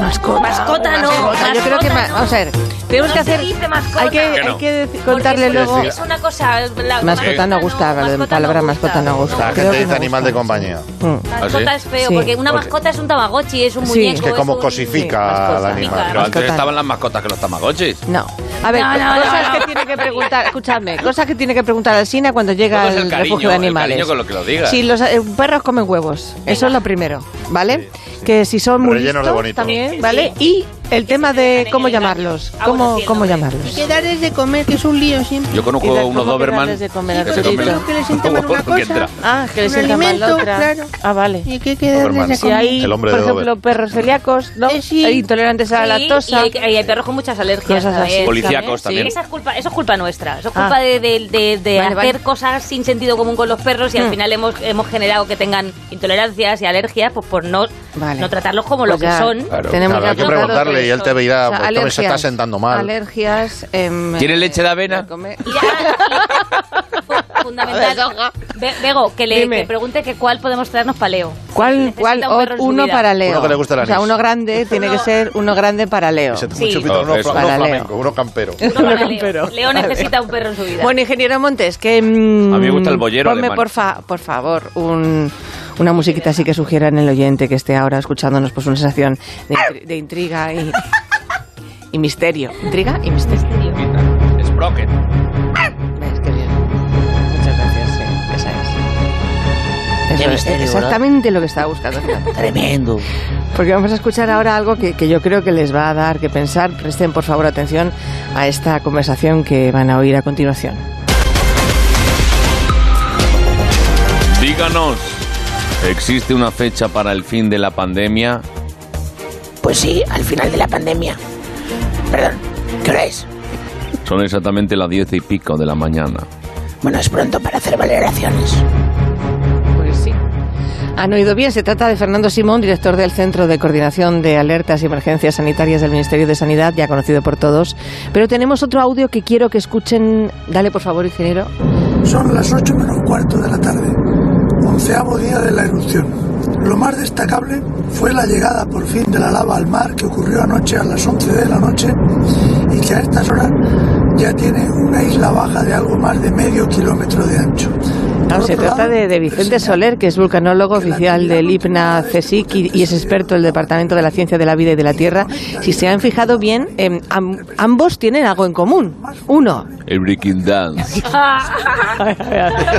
Speaker 3: Mascota. no. yo creo que, ma- vamos a ver, tenemos
Speaker 2: No
Speaker 3: que
Speaker 2: se
Speaker 3: hacer.
Speaker 2: dice mascota.
Speaker 3: Hay que,
Speaker 2: Que no.
Speaker 3: hay que deci- contarle
Speaker 2: Porque es-
Speaker 3: luego.
Speaker 2: Es una cosa. la-
Speaker 3: Mascota no gusta, la palabra mascota no gusta.
Speaker 4: La
Speaker 3: Creo
Speaker 4: gente
Speaker 3: que
Speaker 4: dice
Speaker 3: no
Speaker 4: animal de compañía. ¿Ah,
Speaker 2: Mascota es feo,
Speaker 3: Sí.
Speaker 2: porque una
Speaker 4: Porque-
Speaker 2: mascota es un tamagotchi, es un
Speaker 4: Sí.
Speaker 2: muñeco.
Speaker 4: Es
Speaker 3: pues
Speaker 4: que como
Speaker 2: un-
Speaker 4: cosifica
Speaker 2: sí,
Speaker 4: al
Speaker 2: cosifica.
Speaker 4: animal.
Speaker 5: Pero antes
Speaker 3: Mascota.
Speaker 5: estaban las mascotas que los tamagotchis.
Speaker 3: No. A ver,
Speaker 2: No, no,
Speaker 3: cosas
Speaker 2: no,
Speaker 3: que
Speaker 2: no.
Speaker 3: tiene que preguntar, escuchadme, cosas que tiene que preguntar al Sina cuando llega
Speaker 5: Todo es el
Speaker 3: al
Speaker 5: cariño,
Speaker 3: refugio de
Speaker 5: el
Speaker 7: eh.
Speaker 3: animales.
Speaker 5: cariño con lo que lo digas.
Speaker 3: Si los eh, perros comen huevos, eso es lo primero, ¿vale? Que si son muy
Speaker 4: Rellenos de
Speaker 3: listos
Speaker 4: bonito.
Speaker 3: también, ¿vale? Y el tema de cómo llamarlos, cómo, cómo llamarlos.
Speaker 6: Que darles de comer, que es un lío siempre.
Speaker 5: Yo conozco
Speaker 3: ¿Y de-
Speaker 5: unos
Speaker 3: cómo que
Speaker 5: Doberman
Speaker 3: darles de comer a
Speaker 5: que se
Speaker 3: los
Speaker 5: comen
Speaker 3: niños?
Speaker 6: Que les
Speaker 5: los
Speaker 6: sientan mal una
Speaker 5: huevos que
Speaker 6: cosa.
Speaker 5: entra.
Speaker 3: Ah, que les
Speaker 6: Un
Speaker 3: sienta mal la
Speaker 6: alimento,
Speaker 3: otra.
Speaker 6: claro.
Speaker 3: Ah, vale.
Speaker 6: Y que hay que darles de
Speaker 4: Hermanos.
Speaker 3: Si
Speaker 6: comer.
Speaker 3: hay,
Speaker 4: El hombre
Speaker 3: por
Speaker 4: de
Speaker 3: ejemplo, perros celíacos, ¿no? E
Speaker 6: sí.
Speaker 3: Intolerantes a la
Speaker 2: Eh, Sí,
Speaker 3: lactosa.
Speaker 2: Y hay, y hay perros con muchas alergias.
Speaker 3: Cosas así.
Speaker 2: ¿sabes?
Speaker 5: Policíacos
Speaker 2: Sí.
Speaker 5: también.
Speaker 2: Esa es culpa, eso es culpa nuestra. Eso es
Speaker 3: Ah.
Speaker 2: culpa de, de- de- de
Speaker 3: Vale,
Speaker 2: hacer
Speaker 3: vale.
Speaker 2: cosas sin sentido común con los perros y al
Speaker 3: Hmm.
Speaker 2: final hemos, hemos generado que tengan intolerancias y alergias pues por no,
Speaker 3: Vale.
Speaker 2: no tratarlos como
Speaker 3: Pues
Speaker 2: lo que
Speaker 3: ya.
Speaker 2: son.
Speaker 5: Claro.
Speaker 3: Tenemos
Speaker 4: Claro, hay que
Speaker 3: apuntar otro
Speaker 4: preguntarle y él te dirá,
Speaker 3: O sea,
Speaker 4: pues, esto me se está
Speaker 3: alergias.
Speaker 4: sentando mal.
Speaker 3: Alergias. em,
Speaker 5: ¿Tiene
Speaker 3: eh,
Speaker 5: leche de avena?
Speaker 3: comer-
Speaker 2: Y ya, fu- fundamental. Be- Bego, que le
Speaker 3: Dime.
Speaker 2: que pregunte que cuál podemos traernos paleo.
Speaker 3: ¿Cuál,
Speaker 2: Necesita
Speaker 3: cuál
Speaker 2: un
Speaker 3: o-
Speaker 2: perro en su
Speaker 3: uno
Speaker 2: vida.
Speaker 3: para Leo?
Speaker 4: Uno que le guste el
Speaker 3: o sea,
Speaker 4: anís.
Speaker 3: uno grande tiene que ser uno grande para Leo.
Speaker 4: Y se te-
Speaker 2: Sí.
Speaker 4: un chupito,
Speaker 5: Oh,
Speaker 4: uno,
Speaker 5: eso.
Speaker 4: fla- uno
Speaker 3: Para Leo.
Speaker 4: flamenco, uno campero.
Speaker 2: Uno para
Speaker 3: Pero-
Speaker 2: Leo. Leo necesita un perro en su vida.
Speaker 3: Bueno, ingeniero Montes, que... mm,
Speaker 5: A mí me gusta el boyero
Speaker 3: Ponme,
Speaker 5: alemán.
Speaker 3: por, fa- por favor, un- una musiquita así que sugiera en el oyente que esté ahora escuchándonos pues una sensación de, intri- de intriga y, y misterio. Intriga y misterio.
Speaker 5: Sprocket.
Speaker 3: ¿Ves qué bien? Muchas gracias, sí, esa es. Eso
Speaker 11: Qué
Speaker 3: es
Speaker 11: misterio,
Speaker 3: exactamente lo que estaba buscando.
Speaker 11: Tremendo.
Speaker 3: Porque vamos a escuchar ahora algo que, que yo creo que les va a dar que pensar. Presten, por favor, atención a esta conversación que van a oír a continuación.
Speaker 5: Díganos, ¿existe una fecha para el fin de la pandemia?
Speaker 7: Pues sí, al final de la pandemia. Perdón, ¿qué hora es?
Speaker 5: Son exactamente las diez y pico de la mañana.
Speaker 7: Bueno, es pronto para hacer valoraciones.
Speaker 3: Pues sí. Han oído bien, se trata de Fernando Simón, director del Centro de Coordinación de Alertas y Emergencias Sanitarias del Ministerio de Sanidad, ya conocido por todos. Pero tenemos otro audio que quiero que escuchen. Dale, por favor, ingeniero.
Speaker 12: Son las 8 menos cuarto de la tarde, onceavo día de la erupción. Lo más destacable fue la llegada por fin de la lava al mar que ocurrió anoche a las 11 de la noche y que a estas horas ya tiene una isla baja de algo más de medio kilómetro de ancho.
Speaker 3: No,
Speaker 12: Por
Speaker 3: se
Speaker 12: otro
Speaker 3: trata
Speaker 12: lado,
Speaker 3: de, de Vicente Soler, que es vulcanólogo oficial del IPNA CSIC y, y es experto del Departamento de la Ciencia de la Vida y de la Tierra. Si se han fijado bien, em, am- ambos tienen algo en común. Uno,
Speaker 5: El Breaking Dance.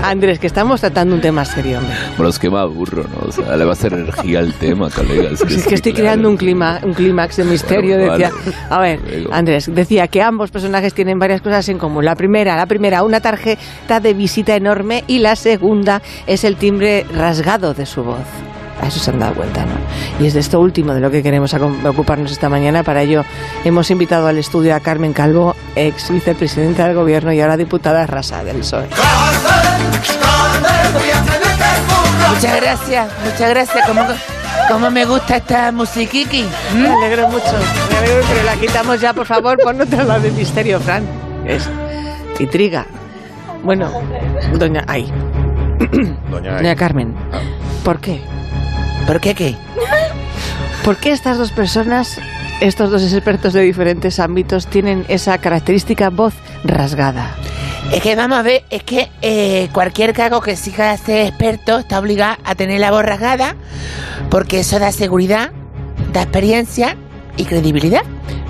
Speaker 3: Andrés, que estamos tratando un tema serio. hombre.
Speaker 5: Bueno, es que me aburro, ¿no? O sea, le va a hacer energía al tema, colega. Es
Speaker 3: Si es que estoy
Speaker 5: claro.
Speaker 3: creando un clima, un clímax de misterio,
Speaker 5: Bueno,
Speaker 3: decía.
Speaker 5: vale.
Speaker 3: A ver,
Speaker 5: Luego.
Speaker 3: Andrés, decía que ambos personajes tienen varias cosas en común. La primera, la primera, una tarjeta de visita enorme y la segunda es el timbre rasgado de su voz. A eso se han dado cuenta, ¿no? Y es de esto último de lo que queremos acom- ocuparnos esta mañana. Para ello hemos invitado al estudio a Carmen Calvo, ex vicepresidenta del gobierno y ahora diputada rasa del PSOE.
Speaker 7: Muchas gracias, muchas gracias. ¿Cómo, cómo me gusta esta ¿Mm? musiquiqui?
Speaker 3: Me alegro mucho, me alegro, pero la quitamos ya, por favor, pon otra la de misterio, Fran. Es intriga. Bueno, doña... Ay,
Speaker 4: Doña
Speaker 3: doña Carmen, ¿por qué?
Speaker 7: ¿Por qué qué?
Speaker 3: ¿Por qué estas dos personas, estos dos expertos de diferentes ámbitos, tienen esa característica voz rasgada?
Speaker 7: Es que vamos a ver, es que eh, cualquier cago que siga a ser experto está obligado a tener la voz rasgada porque eso da seguridad, da experiencia y credibilidad.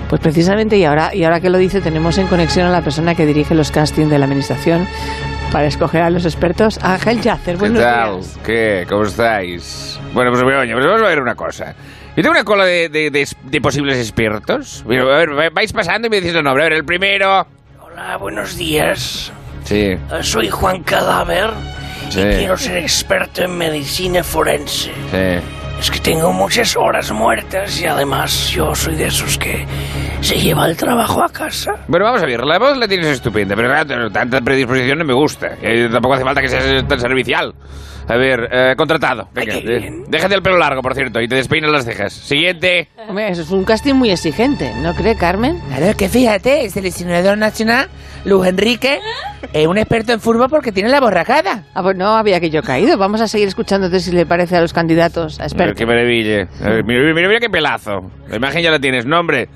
Speaker 3: Pues precisamente, y ahora, y ahora que lo dice, tenemos en conexión a la persona que dirige los castings de la administración para escoger a los expertos, Ángel Yacer.
Speaker 13: ¿Qué
Speaker 3: Buenos
Speaker 13: tal?
Speaker 3: días.
Speaker 13: ¿Qué? ¿Cómo estáis? Bueno, pues oye, pues vamos a ver una cosa. Yo tengo una cola de, de- de- de posibles expertos. Mira, A ver, vais pasando y me decís el nombre. A ver, el primero.
Speaker 7: Ah,
Speaker 14: Hola, buenos días.
Speaker 13: Sí.
Speaker 14: Eh, Soy Juan Cadáver
Speaker 13: Sí.
Speaker 14: y quiero ser experto en medicina forense.
Speaker 13: Sí.
Speaker 14: Es que tengo muchas horas muertas y además yo soy de esos que se lleva el trabajo a casa.
Speaker 13: Bueno, vamos a ver, la voz la tienes estupenda, pero claro, tanta predisposición no me gusta. Eh, tampoco hace falta que seas tan servicial.
Speaker 5: A ver, eh, contratado. Venga, eh, déjate el pelo largo, por cierto, y te despeinas las cejas. Siguiente.
Speaker 3: Hombre, eso es un casting muy exigente, ¿no cree, Carmen?
Speaker 7: Claro, es que fíjate, el seleccionador nacional, Luis Enrique, es un experto en fútbol porque tiene la borracada.
Speaker 3: Ah, pues no había que yo caído. Vamos a seguir escuchándote si le parece a los candidatos. A
Speaker 5: A ver,
Speaker 3: expertos.
Speaker 5: qué maravilla. A ver, mira, mira, mira qué pelazo. La imagen ya la tienes. Nombre.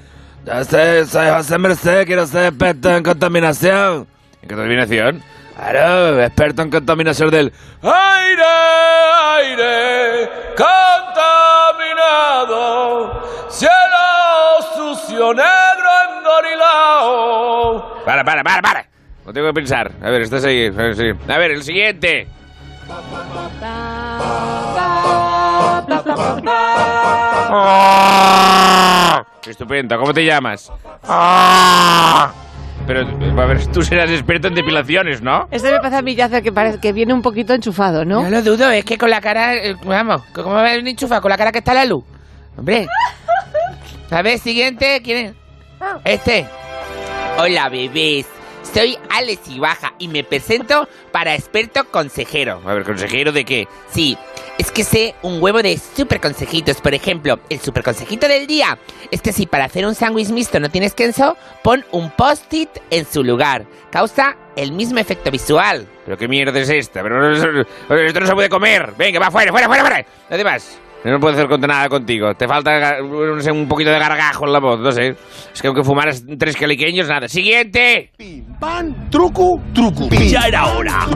Speaker 14: Ya sé, soy José Merced, quiero ser experto en contaminación.
Speaker 5: ¿En qué terminación?
Speaker 14: Claro, experto en contaminación del aire, aire contaminado, cielo sucio, negro engorilao.
Speaker 5: Para, para, para, para. Lo tengo que pensar. A ver, estás ahí. A ver, sí. A ver, el siguiente. ¡Ah! Estupendo. ¿Cómo te llamas? ¡Ah! Pero, a ver, tú serás experto en depilaciones, ¿no?
Speaker 3: Este me pasa a mí ya hace que parece que viene un poquito enchufado, ¿no?
Speaker 7: No lo dudo, es que con la cara, eh, vamos, que como me un enchufa, con la cara que está la luz. Hombre. A ver, siguiente, ¿quién es? Este. Hola, bebés. Soy Alex Ibaja y me presento para experto consejero.
Speaker 5: A ver, ¿consejero de qué?
Speaker 7: Sí, es que sé un huevo de super consejitos. Por ejemplo, el super consejito del día es que si para hacer un sándwich mixto no tienes queso, pon un post-it en su lugar. Causa el mismo efecto visual.
Speaker 5: ¿Pero qué mierda es esta? Pero no- no- no- esto no se puede comer. Venga, va, fuera, fuera, fuera, fuera. Además, no puedo hacer con- nada contigo. Te falta gar- no sé, un poquito de gargajo en la voz, no sé. Es que aunque fumaras tres caliqueños, nada. ¡Siguiente!
Speaker 14: Pan, truco, truco. Ya era hora.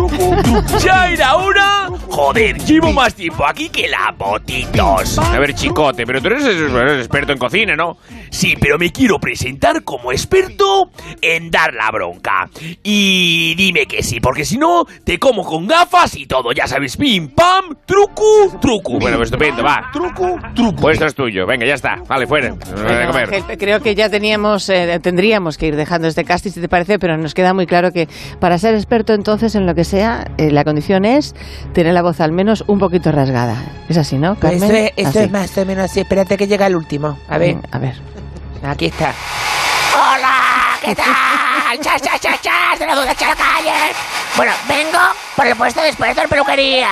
Speaker 14: Ya era hora. Joder, llevo más tiempo aquí que la botitos.
Speaker 5: A ver, chicote, pero tú eres, eres experto en cocina, ¿no?
Speaker 14: Sí, pero me quiero presentar como experto en dar la bronca. Y dime que sí, porque si no, te como con gafas y todo, ya sabes. Pim, pam, truco, truco.
Speaker 5: Bueno, pues estupendo, va.
Speaker 14: Truco,
Speaker 5: Pues esto es tuyo. Venga, ya está. Vale, fuera. No me voy a
Speaker 3: Bueno,
Speaker 5: comer.
Speaker 3: Ángel, creo que ya teníamos, eh, tendríamos que ir dejando este casting, si te parece, pero nos queda muy claro que para ser experto entonces en lo que sea, eh, la condición es tener la voz al menos un poquito rasgada. Es así, ¿no, Carmen?
Speaker 7: Pues
Speaker 3: Ah, Mm.
Speaker 7: Eso es, eso
Speaker 3: Así.
Speaker 7: es más Mm. o menos así. Espérate que llega el último. A ver.
Speaker 3: A ver.
Speaker 7: Aquí está.
Speaker 15: ¡Hola! ¿Qué tal? ¡Chas, chas, chas, chas! ¡De la duda, chas, calles! Bueno, vengo por el puesto de experto en peluquería.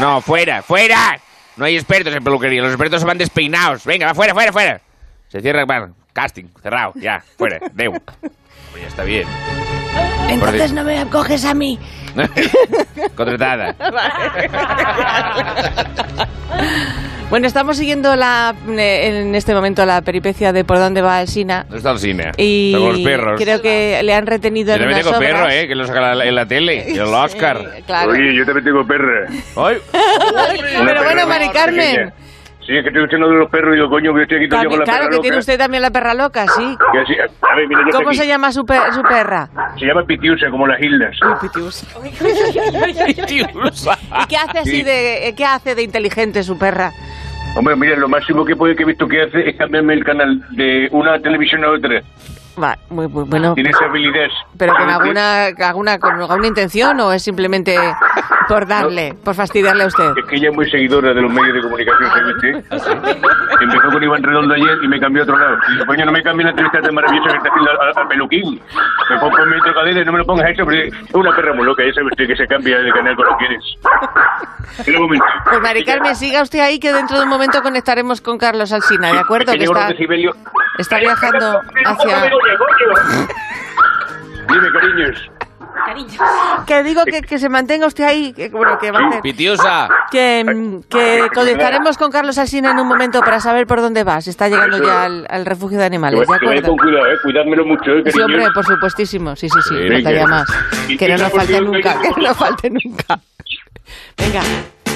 Speaker 5: No, fuera, fuera. No hay expertos en peluquería. Los expertos van despeinados. Venga, va, fuera, fuera, fuera. Se cierra, bueno, casting, cerrado, ya, fuera, deu. Hombre, ya está bien.
Speaker 15: Entonces no me coges a mí.
Speaker 5: Contratada.
Speaker 3: Bueno, estamos siguiendo la, eh, en este momento la peripecia de por dónde va el Sina.
Speaker 5: No está el cine.
Speaker 3: Y
Speaker 5: Está con los perros.
Speaker 3: creo que le han retenido
Speaker 5: Yo
Speaker 3: en
Speaker 5: también
Speaker 3: unas
Speaker 5: tengo perro,
Speaker 3: obras.
Speaker 5: ¿eh? Que lo saca la- en la tele. Y el Oscar.
Speaker 3: claro.
Speaker 16: Oye, yo también tengo perra.
Speaker 5: Ay.
Speaker 3: Pero bueno, Mari Carmen.
Speaker 16: Sí, es que estoy escuchando de los perros y digo, coño, voy a estar aquí todo yo
Speaker 3: También-
Speaker 16: con la
Speaker 3: claro
Speaker 16: perra
Speaker 3: que
Speaker 16: loca.
Speaker 3: tiene usted también la perra loca, sí.
Speaker 16: Que así- a ver, mira, yo
Speaker 3: ¿Cómo
Speaker 16: estoy
Speaker 3: se
Speaker 16: aquí.
Speaker 3: llama su, per- su perra?
Speaker 16: Se llama Pitiusa, como las islas.
Speaker 3: Pitiusa. ¿Y qué hace así
Speaker 16: Sí.
Speaker 3: de eh, qué hace de inteligente su perra?
Speaker 16: Hombre, mira, lo máximo que puede que he visto que hace es cambiarme el canal de una televisión a otra.
Speaker 3: Va, muy, muy bueno.
Speaker 16: Tiene esa habilidad.
Speaker 3: Pero con
Speaker 16: ¿Sabes qué?
Speaker 3: alguna alguna con alguna intención o es simplemente por darle, por fastidiarle a usted.
Speaker 16: Es que ella es muy seguidora de los medios de comunicación, ¿sabes usted? Empezó con Iván Redondo ayer y me cambió a otro lado. Y dice, coño, no me cambie la entrevista tan maravillosa que está haciendo al- al peluquín. Me pongo en mi otra cadena y no me lo pongas eso, porque es una perra muy loca, ya sabe usted que se cambia de canal cuando quieres. Pero un momento.
Speaker 3: Pues Mari Carmen, siga usted ahí que dentro de un momento conectaremos con Carlos Alsina, Ah, ¿de acuerdo?
Speaker 16: Es
Speaker 3: Que
Speaker 16: llego a
Speaker 3: está,
Speaker 16: los decibelios.
Speaker 3: está viajando hacia...
Speaker 16: Dime, cariños.
Speaker 3: Que digo que, que se mantenga usted ahí, que, bueno, que, va a hacer-
Speaker 5: Pitiusa.
Speaker 3: que, mm, que conectaremos con Carlos Alsina en un momento para saber por dónde va, si está llegando ya al, al refugio de animales, ¿de
Speaker 16: que vaya
Speaker 3: acuerdo?
Speaker 16: con cuidado, eh. Cuidádmelo mucho, eh,
Speaker 3: Sí,
Speaker 16: cariños.
Speaker 3: hombre, por supuestísimo, sí, sí, sí,
Speaker 16: Sí,
Speaker 3: faltaría
Speaker 16: venga.
Speaker 3: más.
Speaker 16: Y
Speaker 3: Que no
Speaker 16: esa
Speaker 3: nos falte
Speaker 16: cuestión que
Speaker 3: nunca,
Speaker 16: hay
Speaker 3: que
Speaker 16: que-
Speaker 3: no falte nunca. Venga,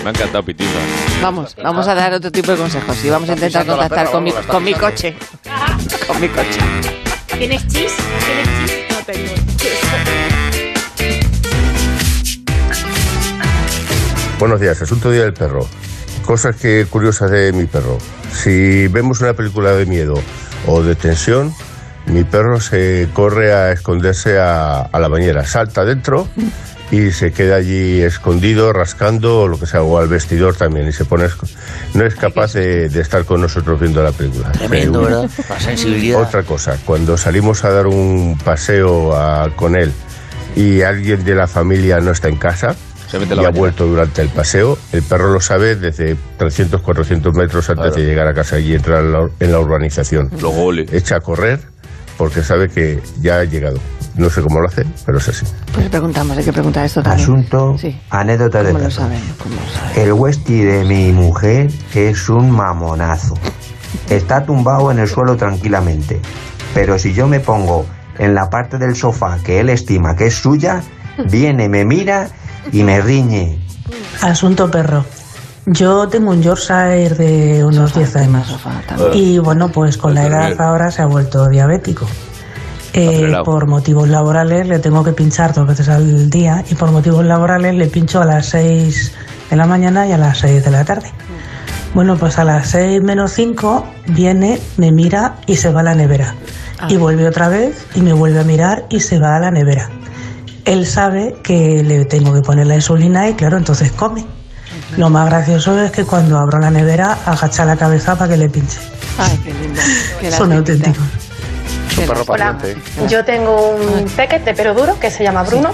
Speaker 5: Me ha encantado Pitiusa.
Speaker 3: vamos, vamos a dar otro tipo de consejos y vamos a intentar
Speaker 5: pisando la
Speaker 3: contactar
Speaker 5: perra,
Speaker 3: con mi,
Speaker 5: vamos, la está
Speaker 3: con mi
Speaker 5: pisando.
Speaker 3: coche. Con mi coche.
Speaker 12: ¿Tienes chis? ¿Tienes chis? No tengo
Speaker 17: Buenos días, asunto día del perro. Cosas que curiosas de mi perro. Si vemos una película de miedo o de tensión, mi perro se corre a esconderse a, a la bañera, salta dentro y se queda allí escondido, rascando o lo que sea, o al vestidor también, y se pone. a esco- No es capaz de, de estar con nosotros viendo la película.
Speaker 18: Tremendo,
Speaker 17: Pero-
Speaker 18: ¿verdad? La sensibilidad.
Speaker 17: Otra cosa, cuando salimos a dar un paseo a- con él y alguien de la familia no está en casa, y ha vuelto durante el paseo. El perro lo sabe desde 300, 400 metros antes
Speaker 5: Claro.
Speaker 17: de llegar a casa y entrar en la, ur- en la urbanización. Lo Echa a correr porque sabe que ya ha llegado. No sé cómo lo hace, pero es así.
Speaker 3: Pues le preguntamos, hay que preguntar esto también.
Speaker 19: Asunto,
Speaker 3: Sí.
Speaker 19: anécdota de
Speaker 3: ¿Cómo lo
Speaker 19: perros.
Speaker 3: saben?
Speaker 19: El Westie de mi mujer es un mamonazo. Está tumbado en el suelo tranquilamente. Pero si yo me pongo en la parte del sofá que él estima que es suya, viene, me mira y me riñe.
Speaker 20: Asunto perro. Yo tengo un Yorkshire de unos 10 años. Y bueno, pues con la edad ahora se ha vuelto diabético. Eh,
Speaker 21: Acelerado.
Speaker 20: por motivos laborales le tengo que pinchar dos veces al día y por motivos laborales le pincho a las 6 de la mañana y a las 6 de la tarde. Bueno, pues a las 6 menos 5 viene, me mira y se va a la nevera. Y vuelve otra vez y me vuelve a mirar y se va a la nevera. Él sabe que le tengo que poner la insulina y claro, entonces come. Lo más gracioso es que cuando abro la nevera agacha la cabeza para que le pinche.
Speaker 3: Ay, qué lindo. Qué
Speaker 20: Son
Speaker 3: lástima.
Speaker 20: auténticos.
Speaker 4: un perro
Speaker 22: Hola,
Speaker 4: paciente.
Speaker 22: yo tengo un pequete pero duro que se llama Bruno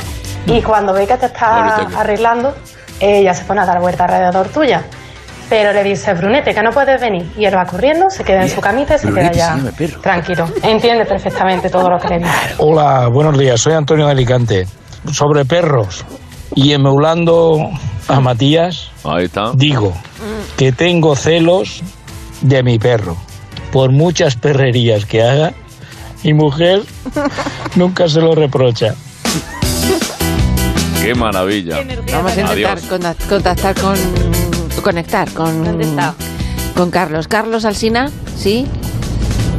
Speaker 22: y cuando ve que te está
Speaker 4: Bonito que-
Speaker 22: arreglando, ella se pone a dar vuelta alrededor tuya. Pero le dice, Brunete, que no puedes venir. Y él va corriendo, se queda en su camita y se queda
Speaker 23: Brunete se
Speaker 22: ya
Speaker 23: llama el perro.
Speaker 22: tranquilo. Entiende perfectamente todo lo que le dice.
Speaker 23: Hola, buenos días, soy Antonio de Alicante. Sobre perros y emulando a Matías, digo que tengo celos de mi perro. Por muchas perrerías que haga, mi mujer nunca se lo reprocha.
Speaker 5: Qué maravilla.
Speaker 3: Vamos a intentar
Speaker 5: Adiós.
Speaker 3: contact- contactar con. conectar con. Con Carlos. Carlos Alsina, ¿sí?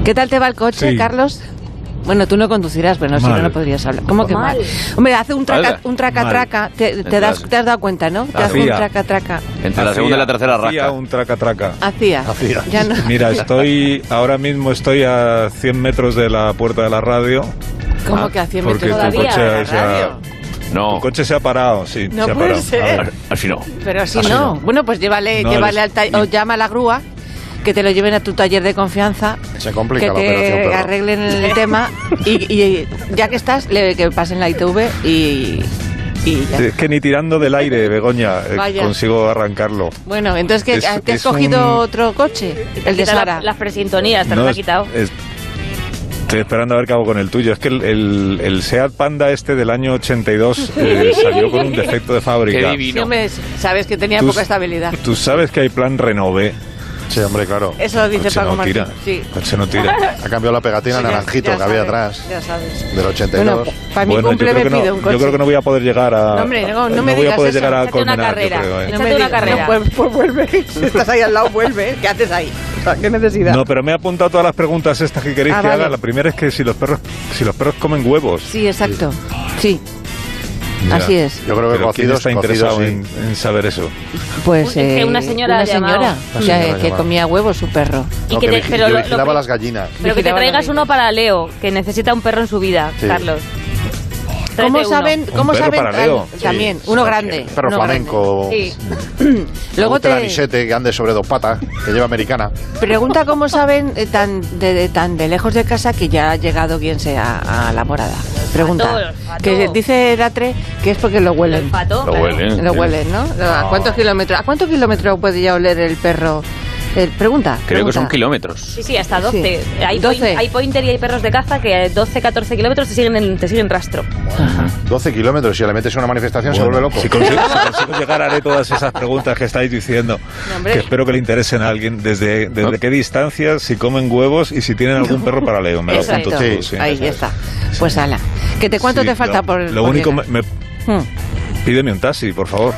Speaker 3: ¿Qué tal te va el coche,
Speaker 2: Sí.
Speaker 3: Carlos? Bueno, tú no conducirás, bueno, si no,
Speaker 2: Mal.
Speaker 3: no podrías hablar. ¿Cómo que mal?
Speaker 2: Mal.
Speaker 3: Hombre, hace un traca,
Speaker 5: Mal.
Speaker 3: un traca,
Speaker 5: Mal.
Speaker 3: traca. Te, te
Speaker 5: Entre
Speaker 3: das,
Speaker 5: las-
Speaker 3: te has dado cuenta, ¿no? Te hace un
Speaker 1: Hacía.
Speaker 3: traca, traca.
Speaker 5: Entre la segunda y la tercera
Speaker 1: Hacía
Speaker 5: rasca.
Speaker 1: un traca-traca.
Speaker 3: Hacía. Ah, Ya no.
Speaker 1: Mira, estoy ahora mismo estoy a 100 metros de la puerta de la radio. Ah,
Speaker 3: ¿Cómo que a 100
Speaker 1: Porque
Speaker 3: metros
Speaker 1: tu
Speaker 3: todavía?
Speaker 1: coche, se ha, tu coche se ha parado, sí.
Speaker 3: No
Speaker 1: se ha
Speaker 3: puede
Speaker 1: parado.
Speaker 3: ser.
Speaker 1: A ver.
Speaker 5: Así no.
Speaker 3: Pero así
Speaker 1: Así
Speaker 3: no.
Speaker 1: no.
Speaker 3: Bueno, pues llévale,
Speaker 1: No
Speaker 3: llévale al
Speaker 1: eres-
Speaker 3: taller, o llama a la grúa, que te lo lleven a tu taller de confianza.
Speaker 4: Se
Speaker 3: que
Speaker 4: complica la
Speaker 3: te
Speaker 4: operación, perro.
Speaker 3: arreglen el tema y, y ya que estás, le, que pasen la ITV y, y ya.
Speaker 1: Es que ni tirando del aire, Begoña, eh,
Speaker 3: Vaya.
Speaker 1: consigo arrancarlo.
Speaker 3: Bueno, entonces que
Speaker 1: Es-
Speaker 3: te has
Speaker 1: es un-
Speaker 3: cogido otro coche, el de
Speaker 2: quita la-
Speaker 3: Sara.
Speaker 2: las presintonías, te
Speaker 1: No,
Speaker 2: las ha
Speaker 1: es-
Speaker 2: quitado.
Speaker 1: es- estoy esperando a ver qué hago con el tuyo. Es que el, el, el Seat Panda este del año 82 eh, salió con un defecto de fábrica.
Speaker 3: Sí, hombre, sabes que tenía
Speaker 1: Tú-
Speaker 3: poca estabilidad.
Speaker 1: Tú sabes que hay plan renove. Sí, hombre, claro.
Speaker 3: Eso dice
Speaker 1: coche
Speaker 3: Paco
Speaker 1: no
Speaker 3: Martín,
Speaker 1: tira.
Speaker 3: sí.
Speaker 1: Coche no tira.
Speaker 4: Ha cambiado la pegatina
Speaker 3: Sí, ya-
Speaker 4: naranjito
Speaker 3: ya
Speaker 4: que había
Speaker 3: sabes,
Speaker 4: atrás.
Speaker 3: Ya sabes.
Speaker 4: Del 82.
Speaker 3: Bueno, pa- pa' mi cumple
Speaker 4: yo creo
Speaker 3: me
Speaker 4: que no-
Speaker 3: pido un coche.
Speaker 1: Yo creo que no voy a poder llegar a.
Speaker 3: No, hombre, no, no me
Speaker 1: voy
Speaker 3: digas
Speaker 1: a poder
Speaker 3: eso.
Speaker 1: llegar a
Speaker 3: Échate una
Speaker 1: Colmenar, yo
Speaker 3: carrera.
Speaker 1: creo, ¿eh.
Speaker 3: No me digas, no, pues, pues vuelve. Si estás ahí al lado, vuelve. ¿Qué haces ahí? O sea, ¿Qué necesidad?
Speaker 1: No, pero me he apuntado todas las preguntas estas que queréis
Speaker 3: Ah,
Speaker 1: que
Speaker 3: vale.
Speaker 1: haga. La primera es que si los perros, si los perros comen huevos.
Speaker 3: Sí, exacto. Sí. Así es.
Speaker 1: Yo creo
Speaker 4: que
Speaker 1: ¿quién
Speaker 4: cocidos,
Speaker 1: está
Speaker 4: cocidos,
Speaker 1: interesado
Speaker 4: sí.
Speaker 1: en, en saber eso.
Speaker 3: Pues
Speaker 2: Es que
Speaker 3: eh,
Speaker 2: una señora
Speaker 3: una
Speaker 2: ha llamado.
Speaker 3: señora,
Speaker 1: Una
Speaker 3: o sea,
Speaker 1: señora ha
Speaker 3: que
Speaker 1: llamado.
Speaker 3: comía huevos su perro.
Speaker 2: Y que te- pero
Speaker 4: yo
Speaker 2: lo-
Speaker 4: vigilaba
Speaker 2: lo-
Speaker 4: las gallinas.
Speaker 2: Pero que te
Speaker 3: Vigilaba la
Speaker 2: traigas uno para Leo, que necesita un perro en su vida,
Speaker 4: Sí.
Speaker 2: Carlos.
Speaker 3: ¿Cómo
Speaker 2: Tráete uno.
Speaker 3: saben?
Speaker 4: Un
Speaker 3: ¿Cómo
Speaker 4: perro
Speaker 3: saben?
Speaker 4: para Leo.
Speaker 3: tal- También, uno grande.
Speaker 4: Perro
Speaker 3: uno
Speaker 4: flamenco.
Speaker 3: grande. Sí.
Speaker 4: Luego
Speaker 3: Luego
Speaker 4: te...
Speaker 3: te-
Speaker 4: anisete que ande sobre dos patas, que lleva americana.
Speaker 3: Pregunta cómo saben eh, tan de, de- tan de lejos de casa que ya ha llegado quien sea a la morada. Pregunta.
Speaker 2: Olfato, olfato.
Speaker 3: Que dice Latre que es porque lo huelen.
Speaker 2: olfato, Lo claro. huelen.
Speaker 3: Lo huelen, ¿no? ¿A cuántos kilómetros? ¿A cuántos kilómetros puede ya oler el perro? Eh, pregunta.
Speaker 5: Creo que
Speaker 3: pregunta.
Speaker 5: son kilómetros.
Speaker 2: Sí, sí, hasta 12.
Speaker 3: Sí.
Speaker 2: Hay, point- hay pointer y hay perros de caza que a 12, 14 kilómetros te siguen, en- te siguen rastro.
Speaker 4: 12 kilómetros, si le metes en una manifestación se
Speaker 1: Bueno,
Speaker 4: vuelve loco.
Speaker 1: Si consigo, si consigo llegar haré todas esas preguntas que estáis diciendo,
Speaker 4: hombre.
Speaker 1: que espero que le interesen a alguien. ¿Desde, desde qué distancia, si comen huevos y si tienen algún perro para Leo? Me lo
Speaker 3: Exacto.
Speaker 1: apunto todo, sí.
Speaker 3: Ahí ya está. Pues ala. ¿Que te, ¿Cuánto
Speaker 1: Sí,
Speaker 3: te falta
Speaker 1: lo,
Speaker 3: por.?
Speaker 1: Lo
Speaker 3: por
Speaker 1: único,
Speaker 3: llegar?
Speaker 1: me, me-
Speaker 3: Hmm.
Speaker 1: pídeme un taxi, por favor.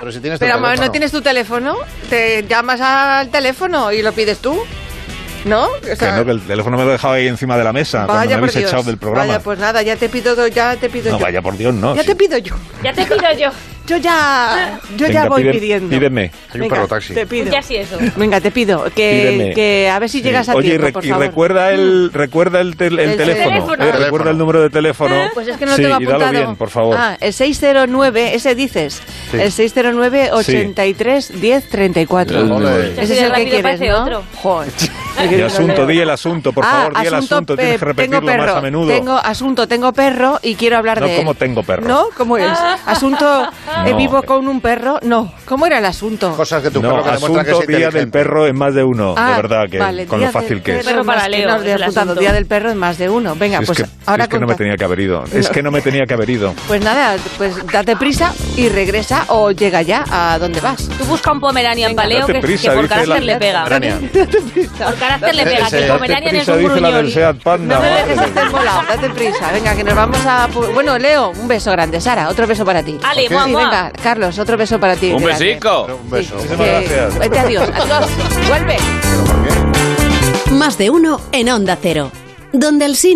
Speaker 4: Pero si tienes tu
Speaker 3: Ah, Pero amor,
Speaker 4: teléfono.
Speaker 3: ¿no tienes tu teléfono? ¿Te llamas al teléfono y lo pides tú? ¿No? O sea,
Speaker 1: que no, que el teléfono me lo he dejado ahí encima de la mesa Ah, cuando me
Speaker 3: vaya por
Speaker 1: habéis
Speaker 3: Dios.
Speaker 1: echado del programa.
Speaker 3: Vaya, pues nada, ya te pido, ya te pido
Speaker 1: no,
Speaker 3: yo.
Speaker 1: vaya por Dios, no.
Speaker 3: ya
Speaker 1: sí.
Speaker 3: te pido yo.
Speaker 2: Ya te pido yo.
Speaker 3: yo ya, yo
Speaker 1: Venga,
Speaker 3: ya voy
Speaker 1: pide-
Speaker 3: pidiendo.
Speaker 1: pídeme. Hay un
Speaker 3: Venga,
Speaker 1: perro taxi.
Speaker 3: Te pido.
Speaker 2: Ya sí eso.
Speaker 3: Venga, te pido que,
Speaker 1: Pídeme.
Speaker 3: que a ver si
Speaker 1: Sí.
Speaker 3: llegas a
Speaker 1: Oye, y
Speaker 3: tiempo,
Speaker 1: re-
Speaker 3: por
Speaker 1: y
Speaker 3: favor.
Speaker 1: recuerda el, recuerda el, tel- el
Speaker 3: El
Speaker 1: teléfono.
Speaker 3: teléfono.
Speaker 1: eh,
Speaker 3: Ah.
Speaker 1: recuerda el número de teléfono.
Speaker 3: Pues es que no
Speaker 1: sí,
Speaker 3: tengo
Speaker 1: y
Speaker 3: apuntado.
Speaker 1: dalo bien, por favor.
Speaker 3: Ah, el 609, ese dices.
Speaker 1: Sí.
Speaker 3: El 609 83 10 34.
Speaker 1: Ole.
Speaker 3: Ese es el que
Speaker 2: Rápido
Speaker 3: quieres,
Speaker 2: parece
Speaker 3: ¿no?
Speaker 2: otro.
Speaker 3: Joder.
Speaker 1: Y asunto, di el asunto, por
Speaker 3: Ah,
Speaker 1: favor, di el asunto. Tienes
Speaker 3: eh,
Speaker 1: que repetirlo
Speaker 3: tengo perro,
Speaker 1: más a menudo.
Speaker 3: Tengo asunto, tengo perro y quiero hablar
Speaker 1: no
Speaker 3: de él.
Speaker 1: como tengo perro.
Speaker 3: ¿No? ¿Cómo es?
Speaker 2: Ah.
Speaker 3: ¿Asunto eh,
Speaker 1: No.
Speaker 3: vivo con un perro? No. ¿Cómo era el asunto?
Speaker 4: Cosas que tu
Speaker 1: No,
Speaker 4: perro que demuestra que es
Speaker 1: asunto día del
Speaker 4: inteligente.
Speaker 1: perro en más de uno,
Speaker 3: Ah,
Speaker 1: de verdad, que
Speaker 3: vale,
Speaker 1: con
Speaker 3: Día
Speaker 1: lo fácil
Speaker 3: del
Speaker 1: que es.
Speaker 3: Perro
Speaker 2: Más
Speaker 3: para
Speaker 2: que
Speaker 3: Leo.
Speaker 2: no había apuntado.
Speaker 3: Día del perro es más de uno. Venga,
Speaker 1: Si es
Speaker 3: pues
Speaker 1: que,
Speaker 3: ahora
Speaker 1: es que no me
Speaker 3: cuenta.
Speaker 1: tenía que haber ido. Es
Speaker 3: No.
Speaker 1: que no me tenía que haber ido.
Speaker 3: Pues nada, pues date prisa y regresa o llega ya a donde vas.
Speaker 2: Tú busca un Pomeranian Paleo
Speaker 1: Date
Speaker 2: que,
Speaker 1: prisa,
Speaker 2: que por
Speaker 1: dice
Speaker 2: carácter
Speaker 1: la-
Speaker 2: le pega.
Speaker 1: Pomerania.
Speaker 2: Por carácter
Speaker 1: Eh,
Speaker 3: Eh,
Speaker 2: le pega, que el
Speaker 1: Date
Speaker 2: Pomeranian es
Speaker 1: prisa,
Speaker 2: un
Speaker 1: dice la
Speaker 2: gruñón.
Speaker 1: del Seat Panda.
Speaker 3: No Pues me
Speaker 1: madre
Speaker 3: dejes
Speaker 1: de
Speaker 3: estar
Speaker 1: Dios.
Speaker 3: volado, date prisa. Venga, que nos vamos a... pu- Bueno, Leo, un beso grande. Sara, otro beso para ti.
Speaker 2: Ale,
Speaker 3: Sí,
Speaker 2: mua, mua.
Speaker 3: venga, Carlos, otro beso para ti.
Speaker 5: Un
Speaker 3: Grande.
Speaker 5: besico.
Speaker 4: Un beso.
Speaker 3: Que- Vete, adiós, adiós. Vuelve.
Speaker 8: Más de uno en Onda Cero. Donde el cine.